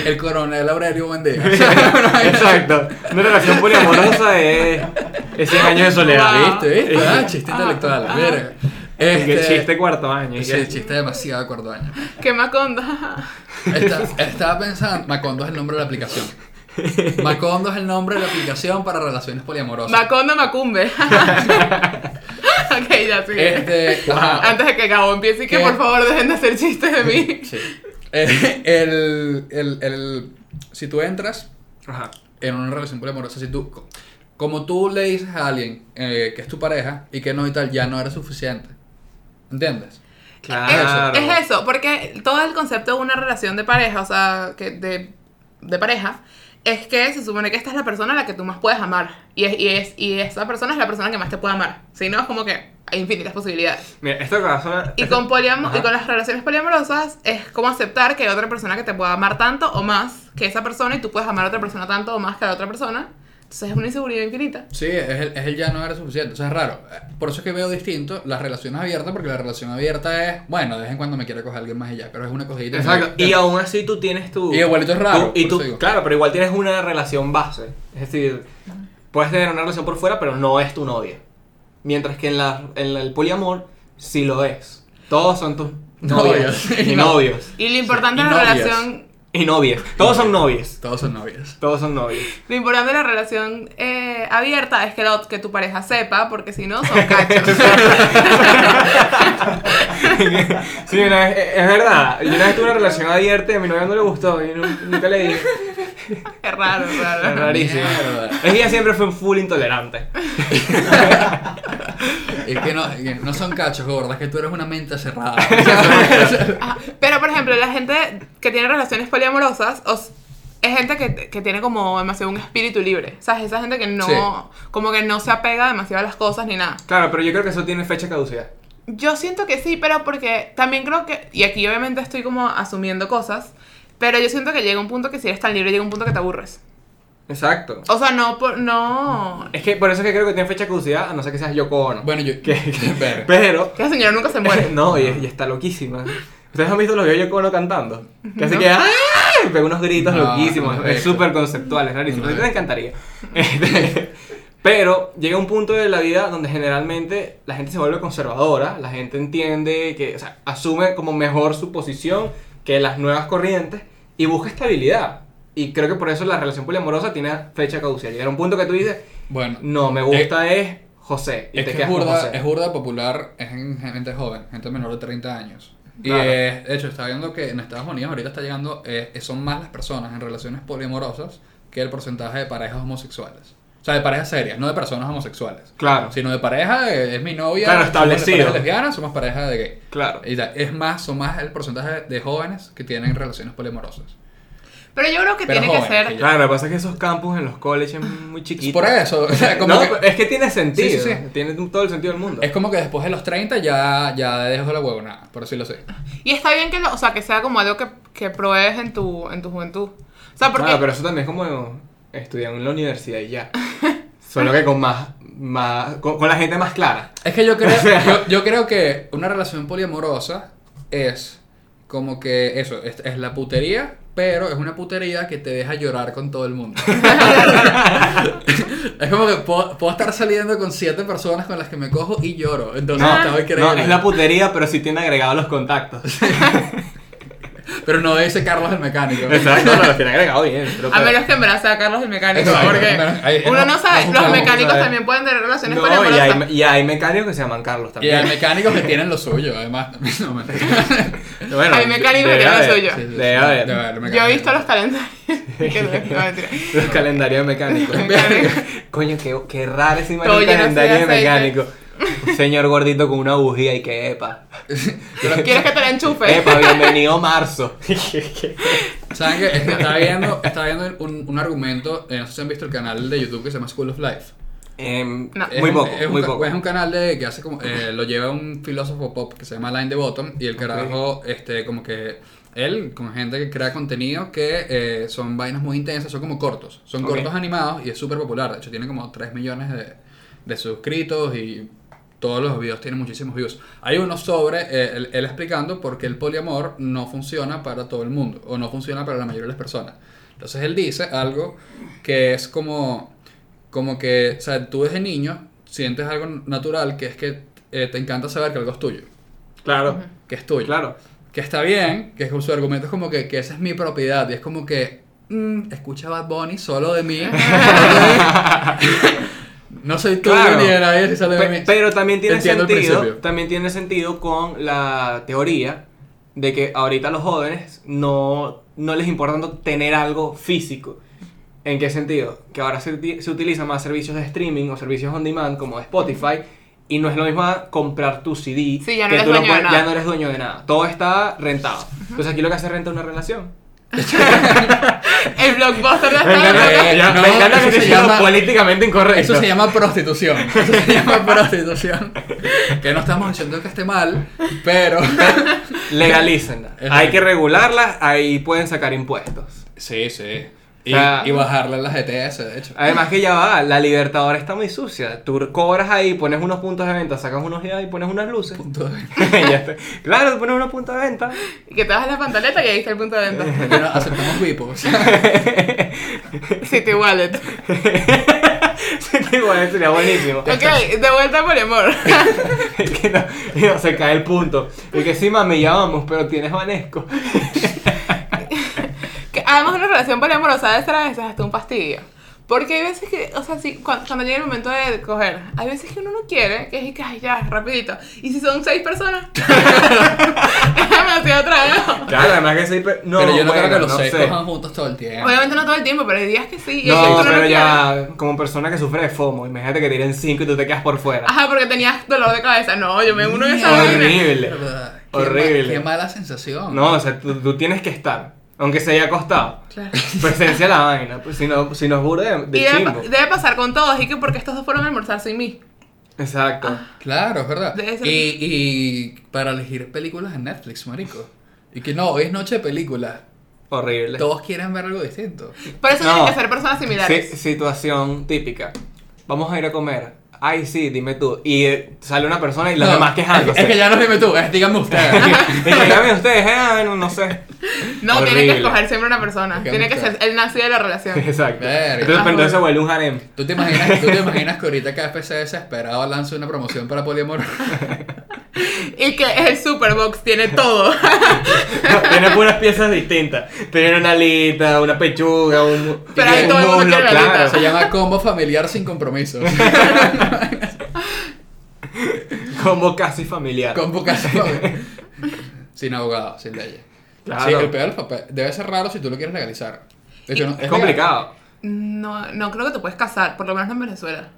El coronel Aurelio Buendía. Exacto. Una relación poliamorosa es, es 100 años de soledad. Wow. ¿Viste? ¿Viste? *laughs* Ah, chiste Ah, intelectual. ah. Verga. Es que Este- chiste cuarto año. y Sí, que- chiste demasiado de cuarto año. *laughs* Qué maconda. Está- estaba pensando, Macondo es el nombre de la aplicación. Macondo es el nombre de la aplicación para relaciones poliamorosas. *laughs* Maconda Macumbe. ok, ya sigue. este, ajá, Antes de que Gabo empiece y que ¿Qué? por favor dejen de hacer chistes de mí. sí. Eh, el, el, el- si tú entras Ajá. en una relación poliamorosa, si tú Como tú le dices a alguien eh, que es tu pareja y que no y tal, ya no eres suficiente. ¿Entiendes? Claro. Es, es eso, porque todo el concepto de una relación de pareja, o sea, que de, de pareja, es que se supone que esta es la persona a la que tú más puedes amar. Y, es, y, es, y esa persona es la persona que más te puede amar. Si no, es como que hay infinitas posibilidades. Mira, esto que va a sonar- este Y esto- con, poliam Ajá. y con las relaciones poliamorosas es como aceptar que hay otra persona que te pueda amar tanto o más que esa persona y tú puedes amar a otra persona tanto o más que a la otra persona. Entonces es una inseguridad infinita. Sí, es el, es el ya no eres suficiente. O sea, es raro. Eh, Por eso es que veo distinto las relaciones abiertas, porque la relación abierta es, bueno, de vez en cuando me quiere coger alguien más y ya, pero es una cogidita. Exacto. Y, Y aún así tú tienes tu. Y igualito es raro, tú- y por tú, eso digo. claro, pero igual tienes una relación base. Es decir, puedes tener una relación por fuera, pero no es tu novia. Mientras que en, la, en la- el poliamor sí lo es. Todos son tus novios. Novios. y No. novios. Y lo importante y de la novias. relación Y novias. Todos son novias. Todos son novias. Todos son novias. Lo importante de la relación eh, abierta es que, la ot- que tu pareja sepa, porque si no, son cachos. Sí, una vez- e, es, es verdad. Yo una vez tuve una relación abierta y a mi novia no le gustó. Y nu- nunca le dije. Qué raro, Es raro. rarísimo. Mierda. Es que ella siempre fue full intolerante. Y que no, y que no son cachos, gorda, es que tú eres una mente *laughs* cerrada. Ajá. Pero, por ejemplo, la gente que tiene relaciones poliamorosas os- es gente que, que tiene como demasiado un espíritu libre. O sea, es esa gente que no, Sí. como que no se apega demasiado a las cosas ni nada. Claro, pero yo creo que eso tiene fecha de caducidad. Yo siento que sí, pero porque también creo que, y aquí obviamente estoy como asumiendo cosas, pero yo siento que llega un punto que si eres tan libre, llega un punto que te aburres. Exacto. O sea, no, por, no... Es que por eso es que creo que tiene fecha de caducidad, a no ser que seas Yoko Ono. bueno, yo. *laughs* Que- que- *laughs* pero, Esa señora nunca se muere. *laughs* no, y, y está loquísima. ¿Ustedes han visto los videos de Yoko Ono cantando? Que así No. que, ¡ah! Pega unos gritos No, loquísimos. no lo he es visto. súper conceptual, es rarísimo. No A lo ti he te encantaría. *laughs* Este, pero llega un punto de la vida donde generalmente la gente se vuelve conservadora, la gente entiende que, o sea, asume como mejor su posición que las nuevas corrientes y busca estabilidad. Y creo que por eso la relación poliamorosa tiene fecha de caducidad. Llega un punto que tú dices, Bueno, no, me gusta Eh, es José. Y es que te es quedas con burda, José. es burda popular, es en gente joven, gente menor de 30 años. Y Claro. eh, de hecho, está viendo que en Estados Unidos ahorita está llegando, eh, son más las personas en relaciones poliamorosas que el porcentaje de parejas homosexuales. O sea, de parejas serias, no de personas homosexuales. Claro, Sino de pareja, eh, es mi novia. Claro, somos de establecido. pareja lesbiana, somos pareja de gay. claro. Y tal. Es más, son más el porcentaje de jóvenes que tienen relaciones poliamorosas. Pero yo creo que Pero tiene que joven, ser... que ya- Claro, lo que pasa es que esos campus en los colleges es muy chiquitos. Por eso, *laughs* o *laughs* sea, como no, pues, eh. que- es que tiene sentido. Sí, sí, sí. Tiene todo el sentido del mundo. Es como que después de los 30 ya, ya dejo la huevonada, por decirlo así. Y está bien que, lo- o sea, que sea como algo que, que pruebes en tu, en tu juventud. O sea, porque... Claro, Ah, pero *laughs* eso también es como estudiar en la universidad y ya. *laughs* Solo que con más, más con, con la gente más clara. Es *laughs* que yo creo, O sea- yo, yo creo que una relación poliamorosa es como que eso, es, es la putería, pero es una putería que te deja llorar con todo el *laughs* mundo. es como que puedo, puedo estar saliendo con siete personas con las que me cojo y lloro. Entonces No, está increíble. no, es la putería, pero sí tiene agregados los contactos. Pero no dice Carlos el mecánico. *laughs* Exacto, no, los tiene agregado bien. pero- pues- A menos que embarace a Carlos el mecánico, Exacto, porque no, ahí- uno no no- sabe, no los juzgamos, mecánicos ¿sabes? también pueden tener relaciones No, y poliamorosas. hay, y hay mecánicos que se llaman Carlos Y hay también. mecánicos *laughs* que tienen lo suyo, además. *laughs* No, me... Bueno, hay mecánicos que debe tienen haber, suyo. sí, sí, Debe haber. Debe haber Yo mecánicos. he visto los calendarios. *laughs* Que no, no, mentira. *laughs* *laughs* Los calendarios mecánicos. Mecánico. *laughs* Coño, qué, qué raro ese Todo imagínate lleno así de calendario aceite. mecánico. Un señor gordito con una bujía y que *laughs* epa. Pero- ¿Quieres que te la enchufe? Epa, bienvenido *laughs* marzo. ¿Saben qué? Es que Estaba viendo, estaba viendo un, un argumento, eh, no sé si han visto el canal de YouTube que se llama School of Life. Em, No. Es Muy un- poco, es un, muy ca- poco. Es un canal de, que hace como, eh, lo lleva un filósofo pop que se llama Line de Bottom y el carajo, este, como que él, con gente que crea contenido que eh, son vainas muy intensas, son como cortos, son Ok. cortos animados y es súper popular. De hecho, tiene como 3 millones de, de suscritos y todos los videos tienen muchísimos views. Hay uno sobre eh, él, él explicando por qué el poliamor no funciona para todo el mundo o no funciona para la mayoría de las personas. Entonces él dice algo que es como, como que, o sea, tú desde niño sientes algo natural que es que eh, te encanta saber que algo es tuyo, Claro, que es tuyo. claro. Que está bien, que es- su argumento es como que, que esa es mi propiedad y es como que, mm, escucha Bad Bunny solo de *laughs* mí. no soy tuyo Claro. ni de nadie si sale de Pe- mí. pero también tiene Entiendo el sentido, principio. también tiene sentido con la teoría de que ahorita los jóvenes no, no les importa tanto tener algo físico. ¿En qué sentido? Que ahora se, uti- se utilizan más servicios de streaming o servicios on demand como Spotify y no es lo mismo comprar tu CD Sí, ya no que eres tú lo dueño de puedes- nada. ya no eres dueño de nada. Todo está rentado. Entonces aquí lo que hace es renta una relación. El blockbuster de Me encanta- esta Eh, ya- no, me encanta eso que se estoy siendo llama- políticamente incorrecto. Eso se llama prostitución. Eso se llama prostitución. Que no estamos diciendo que esté mal, *laughs* pero. Legalícenla. Exacto. Hay que regularlas, ahí pueden sacar impuestos. Sí, sí. Y, O sea- y bajarle las ETS, de hecho. Además que ya va, la Libertadora está muy sucia. Tú cobras ahí, pones unos puntos de venta, sacas unos ya y pones unas luces. Punto de- *laughs* Ya está. Claro, tú pones unos puntos de venta. *laughs* Y que te bajas la pantaleta y ahí está el punto de venta. Pero aceptamos vipos. City Wallet. Sí, igual *laughs* sería buenísimo. Ok, de vuelta por amor. *laughs* que no, y no, se cae el punto. Y que sí, mami, ya vamos, pero tienes vanesco. Que además una relación poliamorosa debe ser a veces hasta un fastidio. Porque hay veces que, o sea, sí, cu- cuando, llega el momento de coger, hay veces que uno no quiere, que es que, ay, ya, rapidito. Y si son seis personas, *laughs* es demasiado trabajo. Claro, además que sí, pero... No, pero yo no bueno, creo que los no seis sé. cojan juntos todo el tiempo. Obviamente no todo el tiempo, pero hay días que sí. Y hay días que No, uno pero quiere. ya, como persona que sufre de FOMO, imagínate que tiren cinco y tú te quedas por fuera. Ajá, porque tenías dolor de cabeza. No, yo me uno en esa Horrible. vaina. Mierda, qué Horrible. ma- Qué mala sensación. No, o sea, tú, tú tienes que estar, aunque se haya acostado. Claro. Presencia la vaina, pues, si no, si nos burda de, de Y debe, chimbo. debe pasar con todos, y que porque estos dos fueron a almorzar sin mí. Exacto. Claro, es verdad. Debe ser- Y, y para elegir películas en Netflix, marico. Y que no, hoy es noche de películas. Horrible. Todos quieren ver algo distinto. Por eso No. tienen que ser personas Sí, similares. situación típica. Vamos a ir a comer. Ay, sí, dime tú. Y eh, sale una persona y las No, demás quejándose. Es que ya no dime tú, es díganme *laughs* ustedes. Y dígame ustedes, eh, ah, no, no sé. No, tienen Horrible. que escoger siempre una persona. Porque Tiene que muchas- ser el nacido de *laughs* la relación. Exacto. Verga. Entonces, pero entonces se vuelve un harem. *laughs* ¿Tú te, imaginas, ¿Tú te imaginas que ahorita KFC desesperado lanza una promoción para poliamor? Y que es el Superbox, tiene todo. *laughs* Tiene puras piezas distintas. Tiene una alita, una pechuga, un. Pero ahí un todo el mundo muslo, quiere la alita. Se llama combo familiar sin compromiso. Combo casi *laughs* familiar. combo casi familiar. Sin abogado, sin leyes. Claro. Sí, el peor del papel. Debe ser raro si tú lo quieres legalizar. De hecho, no- Es legal. complicado. No, no creo que te puedes casar, por lo menos no en Venezuela.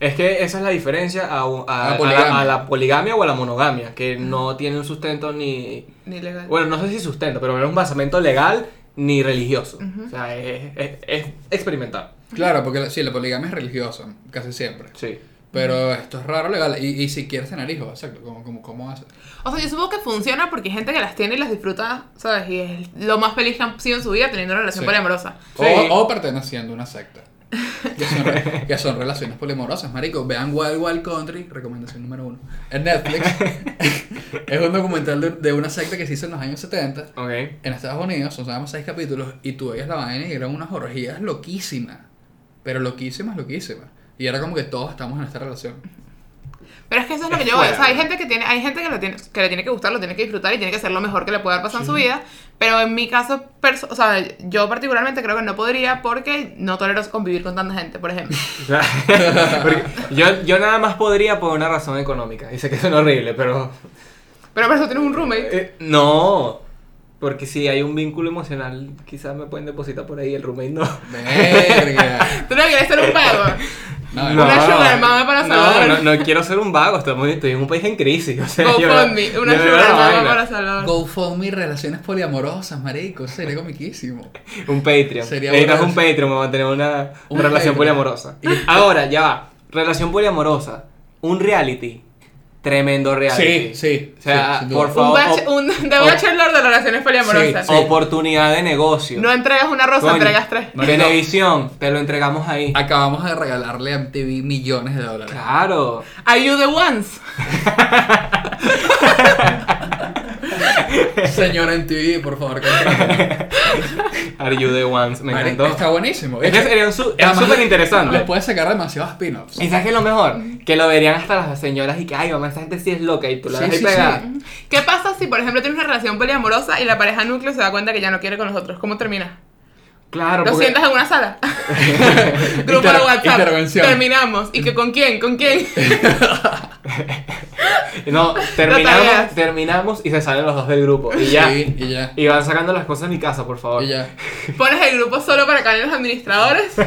Es que esa es la diferencia a, a- a- a poligamia. la, a la poligamia o a la monogamia, que no tiene un sustento ni... Ni legal. Bueno, no sé si sustento, pero no es un basamento legal ni religioso. O sea, es, es- es experimental. Claro, porque la- sí, la poligamia es religiosa, casi siempre. Sí. Pero esto es raro legal. Y, y si quieres tener hijos, exacto, ¿cómo, cómo, cómo haces? O sea, yo supongo que funciona porque hay gente que las tiene y las disfruta, ¿sabes? Y es lo más feliz que han sido en su vida teniendo una relación Sí. poliamorosa. O, Sí. o perteneciendo a una secta. Que son, *laughs* re- que son relaciones poliamorosas, marico. Vean Wild Wild Country, recomendación número uno. En *laughs* Netflix. *laughs* es un documental de, de una secta que se hizo en los años 70 Ok. *laughs* en Estados Unidos. Son nada más seis capítulos. Y tú veías la vaina y eran unas orgías loquísimas. Pero loquísimas, loquísimas. Y era como que todos estamos en esta *laughs* relación. Pero es que eso es lo Es que yo veo. O sea, fuerte. hay gente que tiene, hay gente que, lo tiene, que le tiene que gustar, lo tiene que disfrutar y tiene que ser lo mejor que le pueda haber pasado en su vida. Pero en mi caso, perso- o sea, yo particularmente creo que no podría porque no tolero convivir con tanta gente, *laughs* por ejemplo. Porque yo, yo nada más podría por una razón económica. Y sé que suena horrible, pero... Pero por eso tienes un roommate. eh, no. Porque si hay un vínculo emocional, quizás me pueden depositar por ahí el roommate no. Verga. Tú no quieres ser un pago. *laughs* No, Una sugar mama para no, Salvador. no, no quiero ser un vago, estamos- estoy en un país en crisis. O sea, yo- GoFundMe, una yo veo la sugar mama vaina. para Salvador. GoFundMe, relaciones poliamorosas, marico. Sería comiquísimo. Un Patreon. Sería Necesitas bueno. un Patreon para mantener una, Un relación Patreon. poliamorosa. Y- Ahora, ya va. Relación poliamorosa. Un reality. Tremendo reality. Sí, sí, O sea, sí, sin duda. por Un un, favor. bach- op- un de bachelor de relaciones poliamorosas. oh, Sí, sí. Oportunidad de negocio. No entregas una rosa, Coño, entregas tres. No, Televisión, te lo entregamos ahí. Acabamos de regalarle a MTV millones de dólares. Claro. Are you the ones? Señora MTV, por *laughs* favor, contrátame. Are you the ones? Me Mari- encantó. Está buenísimo. Es que sería un su- era súper Le interesante. puedes sacar demasiados spin-offs. ¿Y sabes qué es lo mejor? Que lo verían hasta las señoras y que, ay, mamá, esta gente sí es loca y tú la Sí, ves ahí sí, pegada. ¿Qué pasa si, por ejemplo, tienes una relación poliamorosa y la pareja núcleo se da cuenta que ya no quiere con los otros? ¿Cómo termina? Claro, Lo porque- sientas en una sala. Grupo *laughs* de Inter- WhatsApp. intervención. Terminamos. ¿Y que con quién? *laughs* ¿Con quién? *laughs* No, tareas. terminamos, terminamos y se salen los dos del grupo. Y ya. Sí, y ya. Y van sacando las cosas de mi casa, por favor. Y ya. Pones el grupo solo para caer los administradores. *laughs*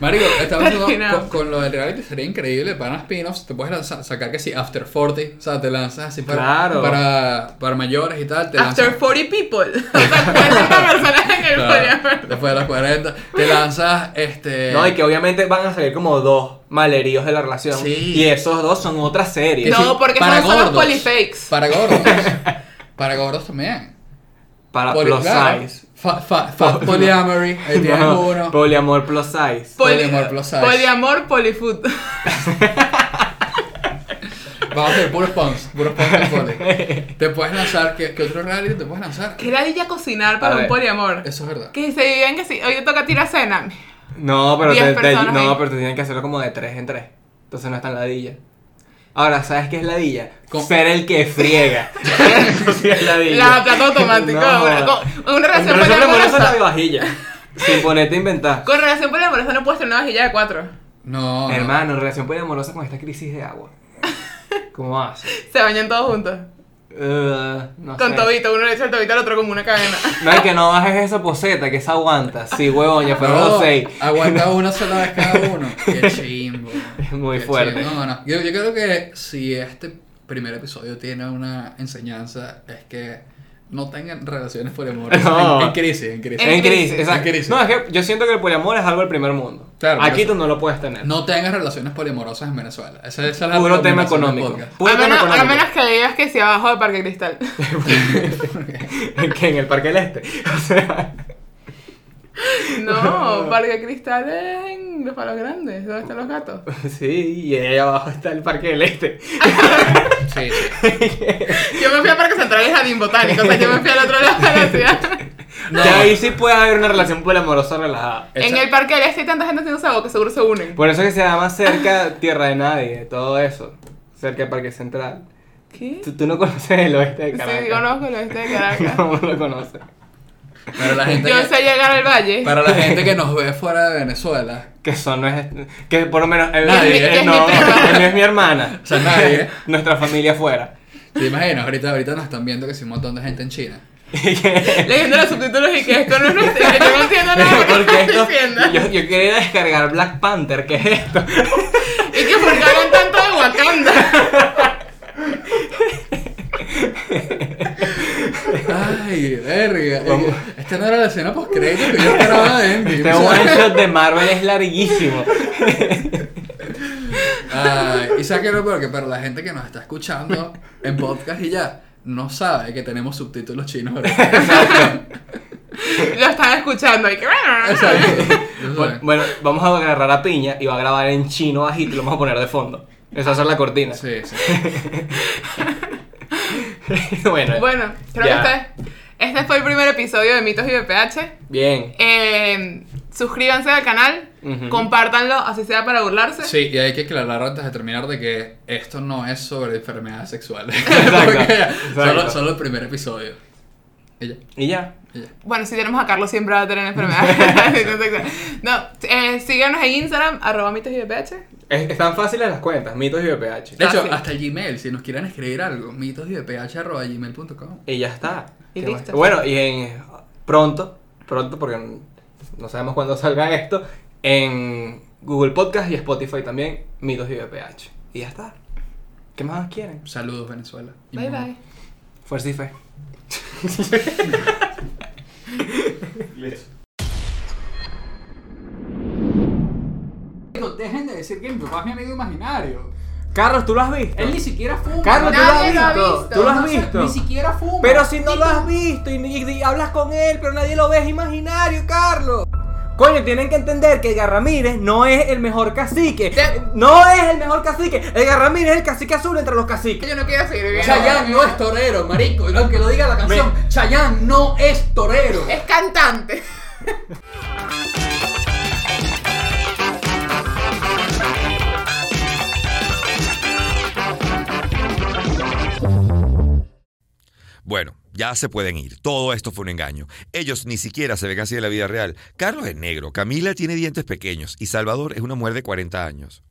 Marico, estaba hablando Terminamos. con, con lo del reality, sería increíble para spin-offs. Te puedes lanzar, sacar que sí, After 40, o sea, te lanzas así para, Claro. para, para mayores y tal. Te After lanzas, 40 people. *laughs* O sea, 40 personas en el Claro, forever. después de las 40, te lanzas este. No, y que obviamente van a salir como dos maleríos de la relación. Sí. Y esos dos son otra serie. No. porque para son- son los gordos, polyfakes. Para gordos. pues. *laughs* para gordos también. Para Poli- plus claro, Ah, size. fa- fa- *laughs* fa- polyamory, ahí tienes No, uno. Poliamor plus size. Poli- Poliamor plus size. Poliamor, *laughs* polifood. Vamos a hacer puros pons, puros pons del *laughs* poli. Te puedes lanzar, ¿qué, qué otro reality te puedes lanzar? ¿Qué era ella cocinar para A un ver. poliamor? Eso es verdad. Que se vivían que sí. Hoy te toca tirar cena. No, pero Diez te, te- personas ahí. no, pero te tienen que hacerlo como de tres en tres. Entonces no es tan ladilla. Ahora, ¿sabes qué es ladilla? ¿Cómo? Ser el que *laughs* friega. *laughs* Eso sí es ladilla. La plato automático. No, una, joda. con- una Pero relación siempre por eso es la poliamorosa. vajilla. Sin ponerte a inventar. Con relación poliamorosa no puedes tener una vajilla de cuatro. No. no. Hermano, relación poliamorosa con esta crisis de agua. ¿Cómo hace? Se bañan todos juntos. Eh, no Con sé. tobito. Uno le echa el tobito al otro como una cadena. No, es que no bajes esa poseta, que se aguanta. Sí, huevón, ya fueron No, los seis. Aguanta *laughs* una sola vez cada uno. Qué chimbo. Es muy Qué fuerte. chimbo. No, no. Yo, yo creo que si este primer episodio tiene una enseñanza, es que no tengan relaciones por amor. No. En, en crisis, en crisis. En En crisis, crisis. exacto. En crisis. No, es que yo siento que el poliamor es algo del primer mundo. Claro, por Aquí eso. tú no lo puedes tener. No tengas relaciones poliamorosas en Venezuela. Esa, esa es la Puro tema recomendación del económico. podcast. *laughs* Puro a, tema menos, a económico. menos que digas que si abajo del Parque *laughs* Cristal. que en el Parque del Este. O sea, *laughs* No, Parque Cristal es en los palos grandes. ¿Dónde están los gatos? sí, y ahí abajo está el Parque del Este. Sí, sí. Yo me fui a Parque Central y Jardín Botánico. O sea, yo me fui al otro lado de *laughs* la ciudad. No. Que ahí sí puede haber una relación poliamorosa relajada. Esa- En el Parque del Este hay tanta gente haciendo sabo que seguro se unen. Por eso que se llama cerca Tierra de Nadie, todo eso. Cerca del Parque Central. ¿Qué? ¿Tú, tú no conoces el oeste de Caracas. Sí, *laughs* conozco el este de Caracas. No, no lo conoces. Para la gente Yo que- sé llegar al valle. para la gente que nos ve fuera de Venezuela, Que son, no es. Que por lo menos. eh, Nadie, eh, que es mi no, *laughs* prima. no es mi hermana. O sea, nadie. Nuestra familia fuera. ¿Te imaginas? Ahorita, ahorita nos están viendo que sí un montón de gente en China. Leyendo los subtítulos y que esto no es nuestro. Que yo *laughs* no entiendo nada de lo que Porque esto, estás diciendo. yo, yo quería descargar Black Panther, ¿qué es esto? Y que por qué hablan tanto *laughs* de Wakanda. Ay, verga. Eh, Esta no era la escena post crédito que yo esperaba de Endgame. Este one ¿sabes? shot de Marvel es larguísimo. Ay, y sabes que lo peor que para la gente que nos está escuchando en podcast y ya no sabe que tenemos subtítulos chinos ahorita. Lo están escuchando. Y que. Exacto. *laughs* No Bueno, saben. bueno, vamos a agarrar a Piña y va a grabar en chino bajito y lo vamos a poner de fondo. Esa va a ser la cortina. Sí, sí. *laughs* bueno, Bueno, creo Ya. que este, este fue el primer episodio de Mitos y BPH. bien. Eh, suscríbanse al canal, Ujú. compártanlo, así sea para burlarse. Sí, y hay que aclarar antes de terminar de que esto no es sobre enfermedades sexuales. *laughs* Exacto, Porque ya, exacto. Solo, solo el primer episodio. Y ya, Y ya. y ya. Bueno, si tenemos a Carlos siempre va a tener enfermedades. *laughs* *laughs* no, eh, síganos en Instagram, arroba mitos y BPH. Es- están fáciles las cuentas, mitos y BPH. De hecho, Fácil. hasta el Gmail, si nos quieren escribir algo, mitosdph.gmail.com. Y ya está. Y ¿Qué listo. más? Bueno, y en pronto, pronto, porque n- no sabemos cuándo salga esto, en Google Podcast y Spotify también, mitos y BPH. Y ya está. ¿Qué más quieren? Saludos, Venezuela. Y Bye mamá. bye. Fuerza y fe. Pero dejen de decir que mi papá es mi amigo imaginario. Carlos, ¿tú lo has visto? Él ni siquiera fuma. Carlos, ¿tú lo has Nadie lo ha visto? visto. ¿Tú lo No has sé, visto? Ni siquiera fuma. Pero si no lo has visto. visto y, y- y hablas con él, pero nadie lo ve, es imaginario, Carlos. Coño, tienen que entender que Garramírez no es el mejor cacique. Te- No es el mejor cacique. El Garramírez es el cacique azul entre los caciques. Yo no quiero seguir viviendo. Chayanne no es torero, marico. Aunque lo diga la canción, Chayanne no es torero. Es cantante. Bueno, ya se pueden ir. Todo esto fue un engaño. Ellos ni siquiera se ven así en la vida real. Carlos es negro, Camila tiene dientes pequeños y Salvador es una mujer de 40 años.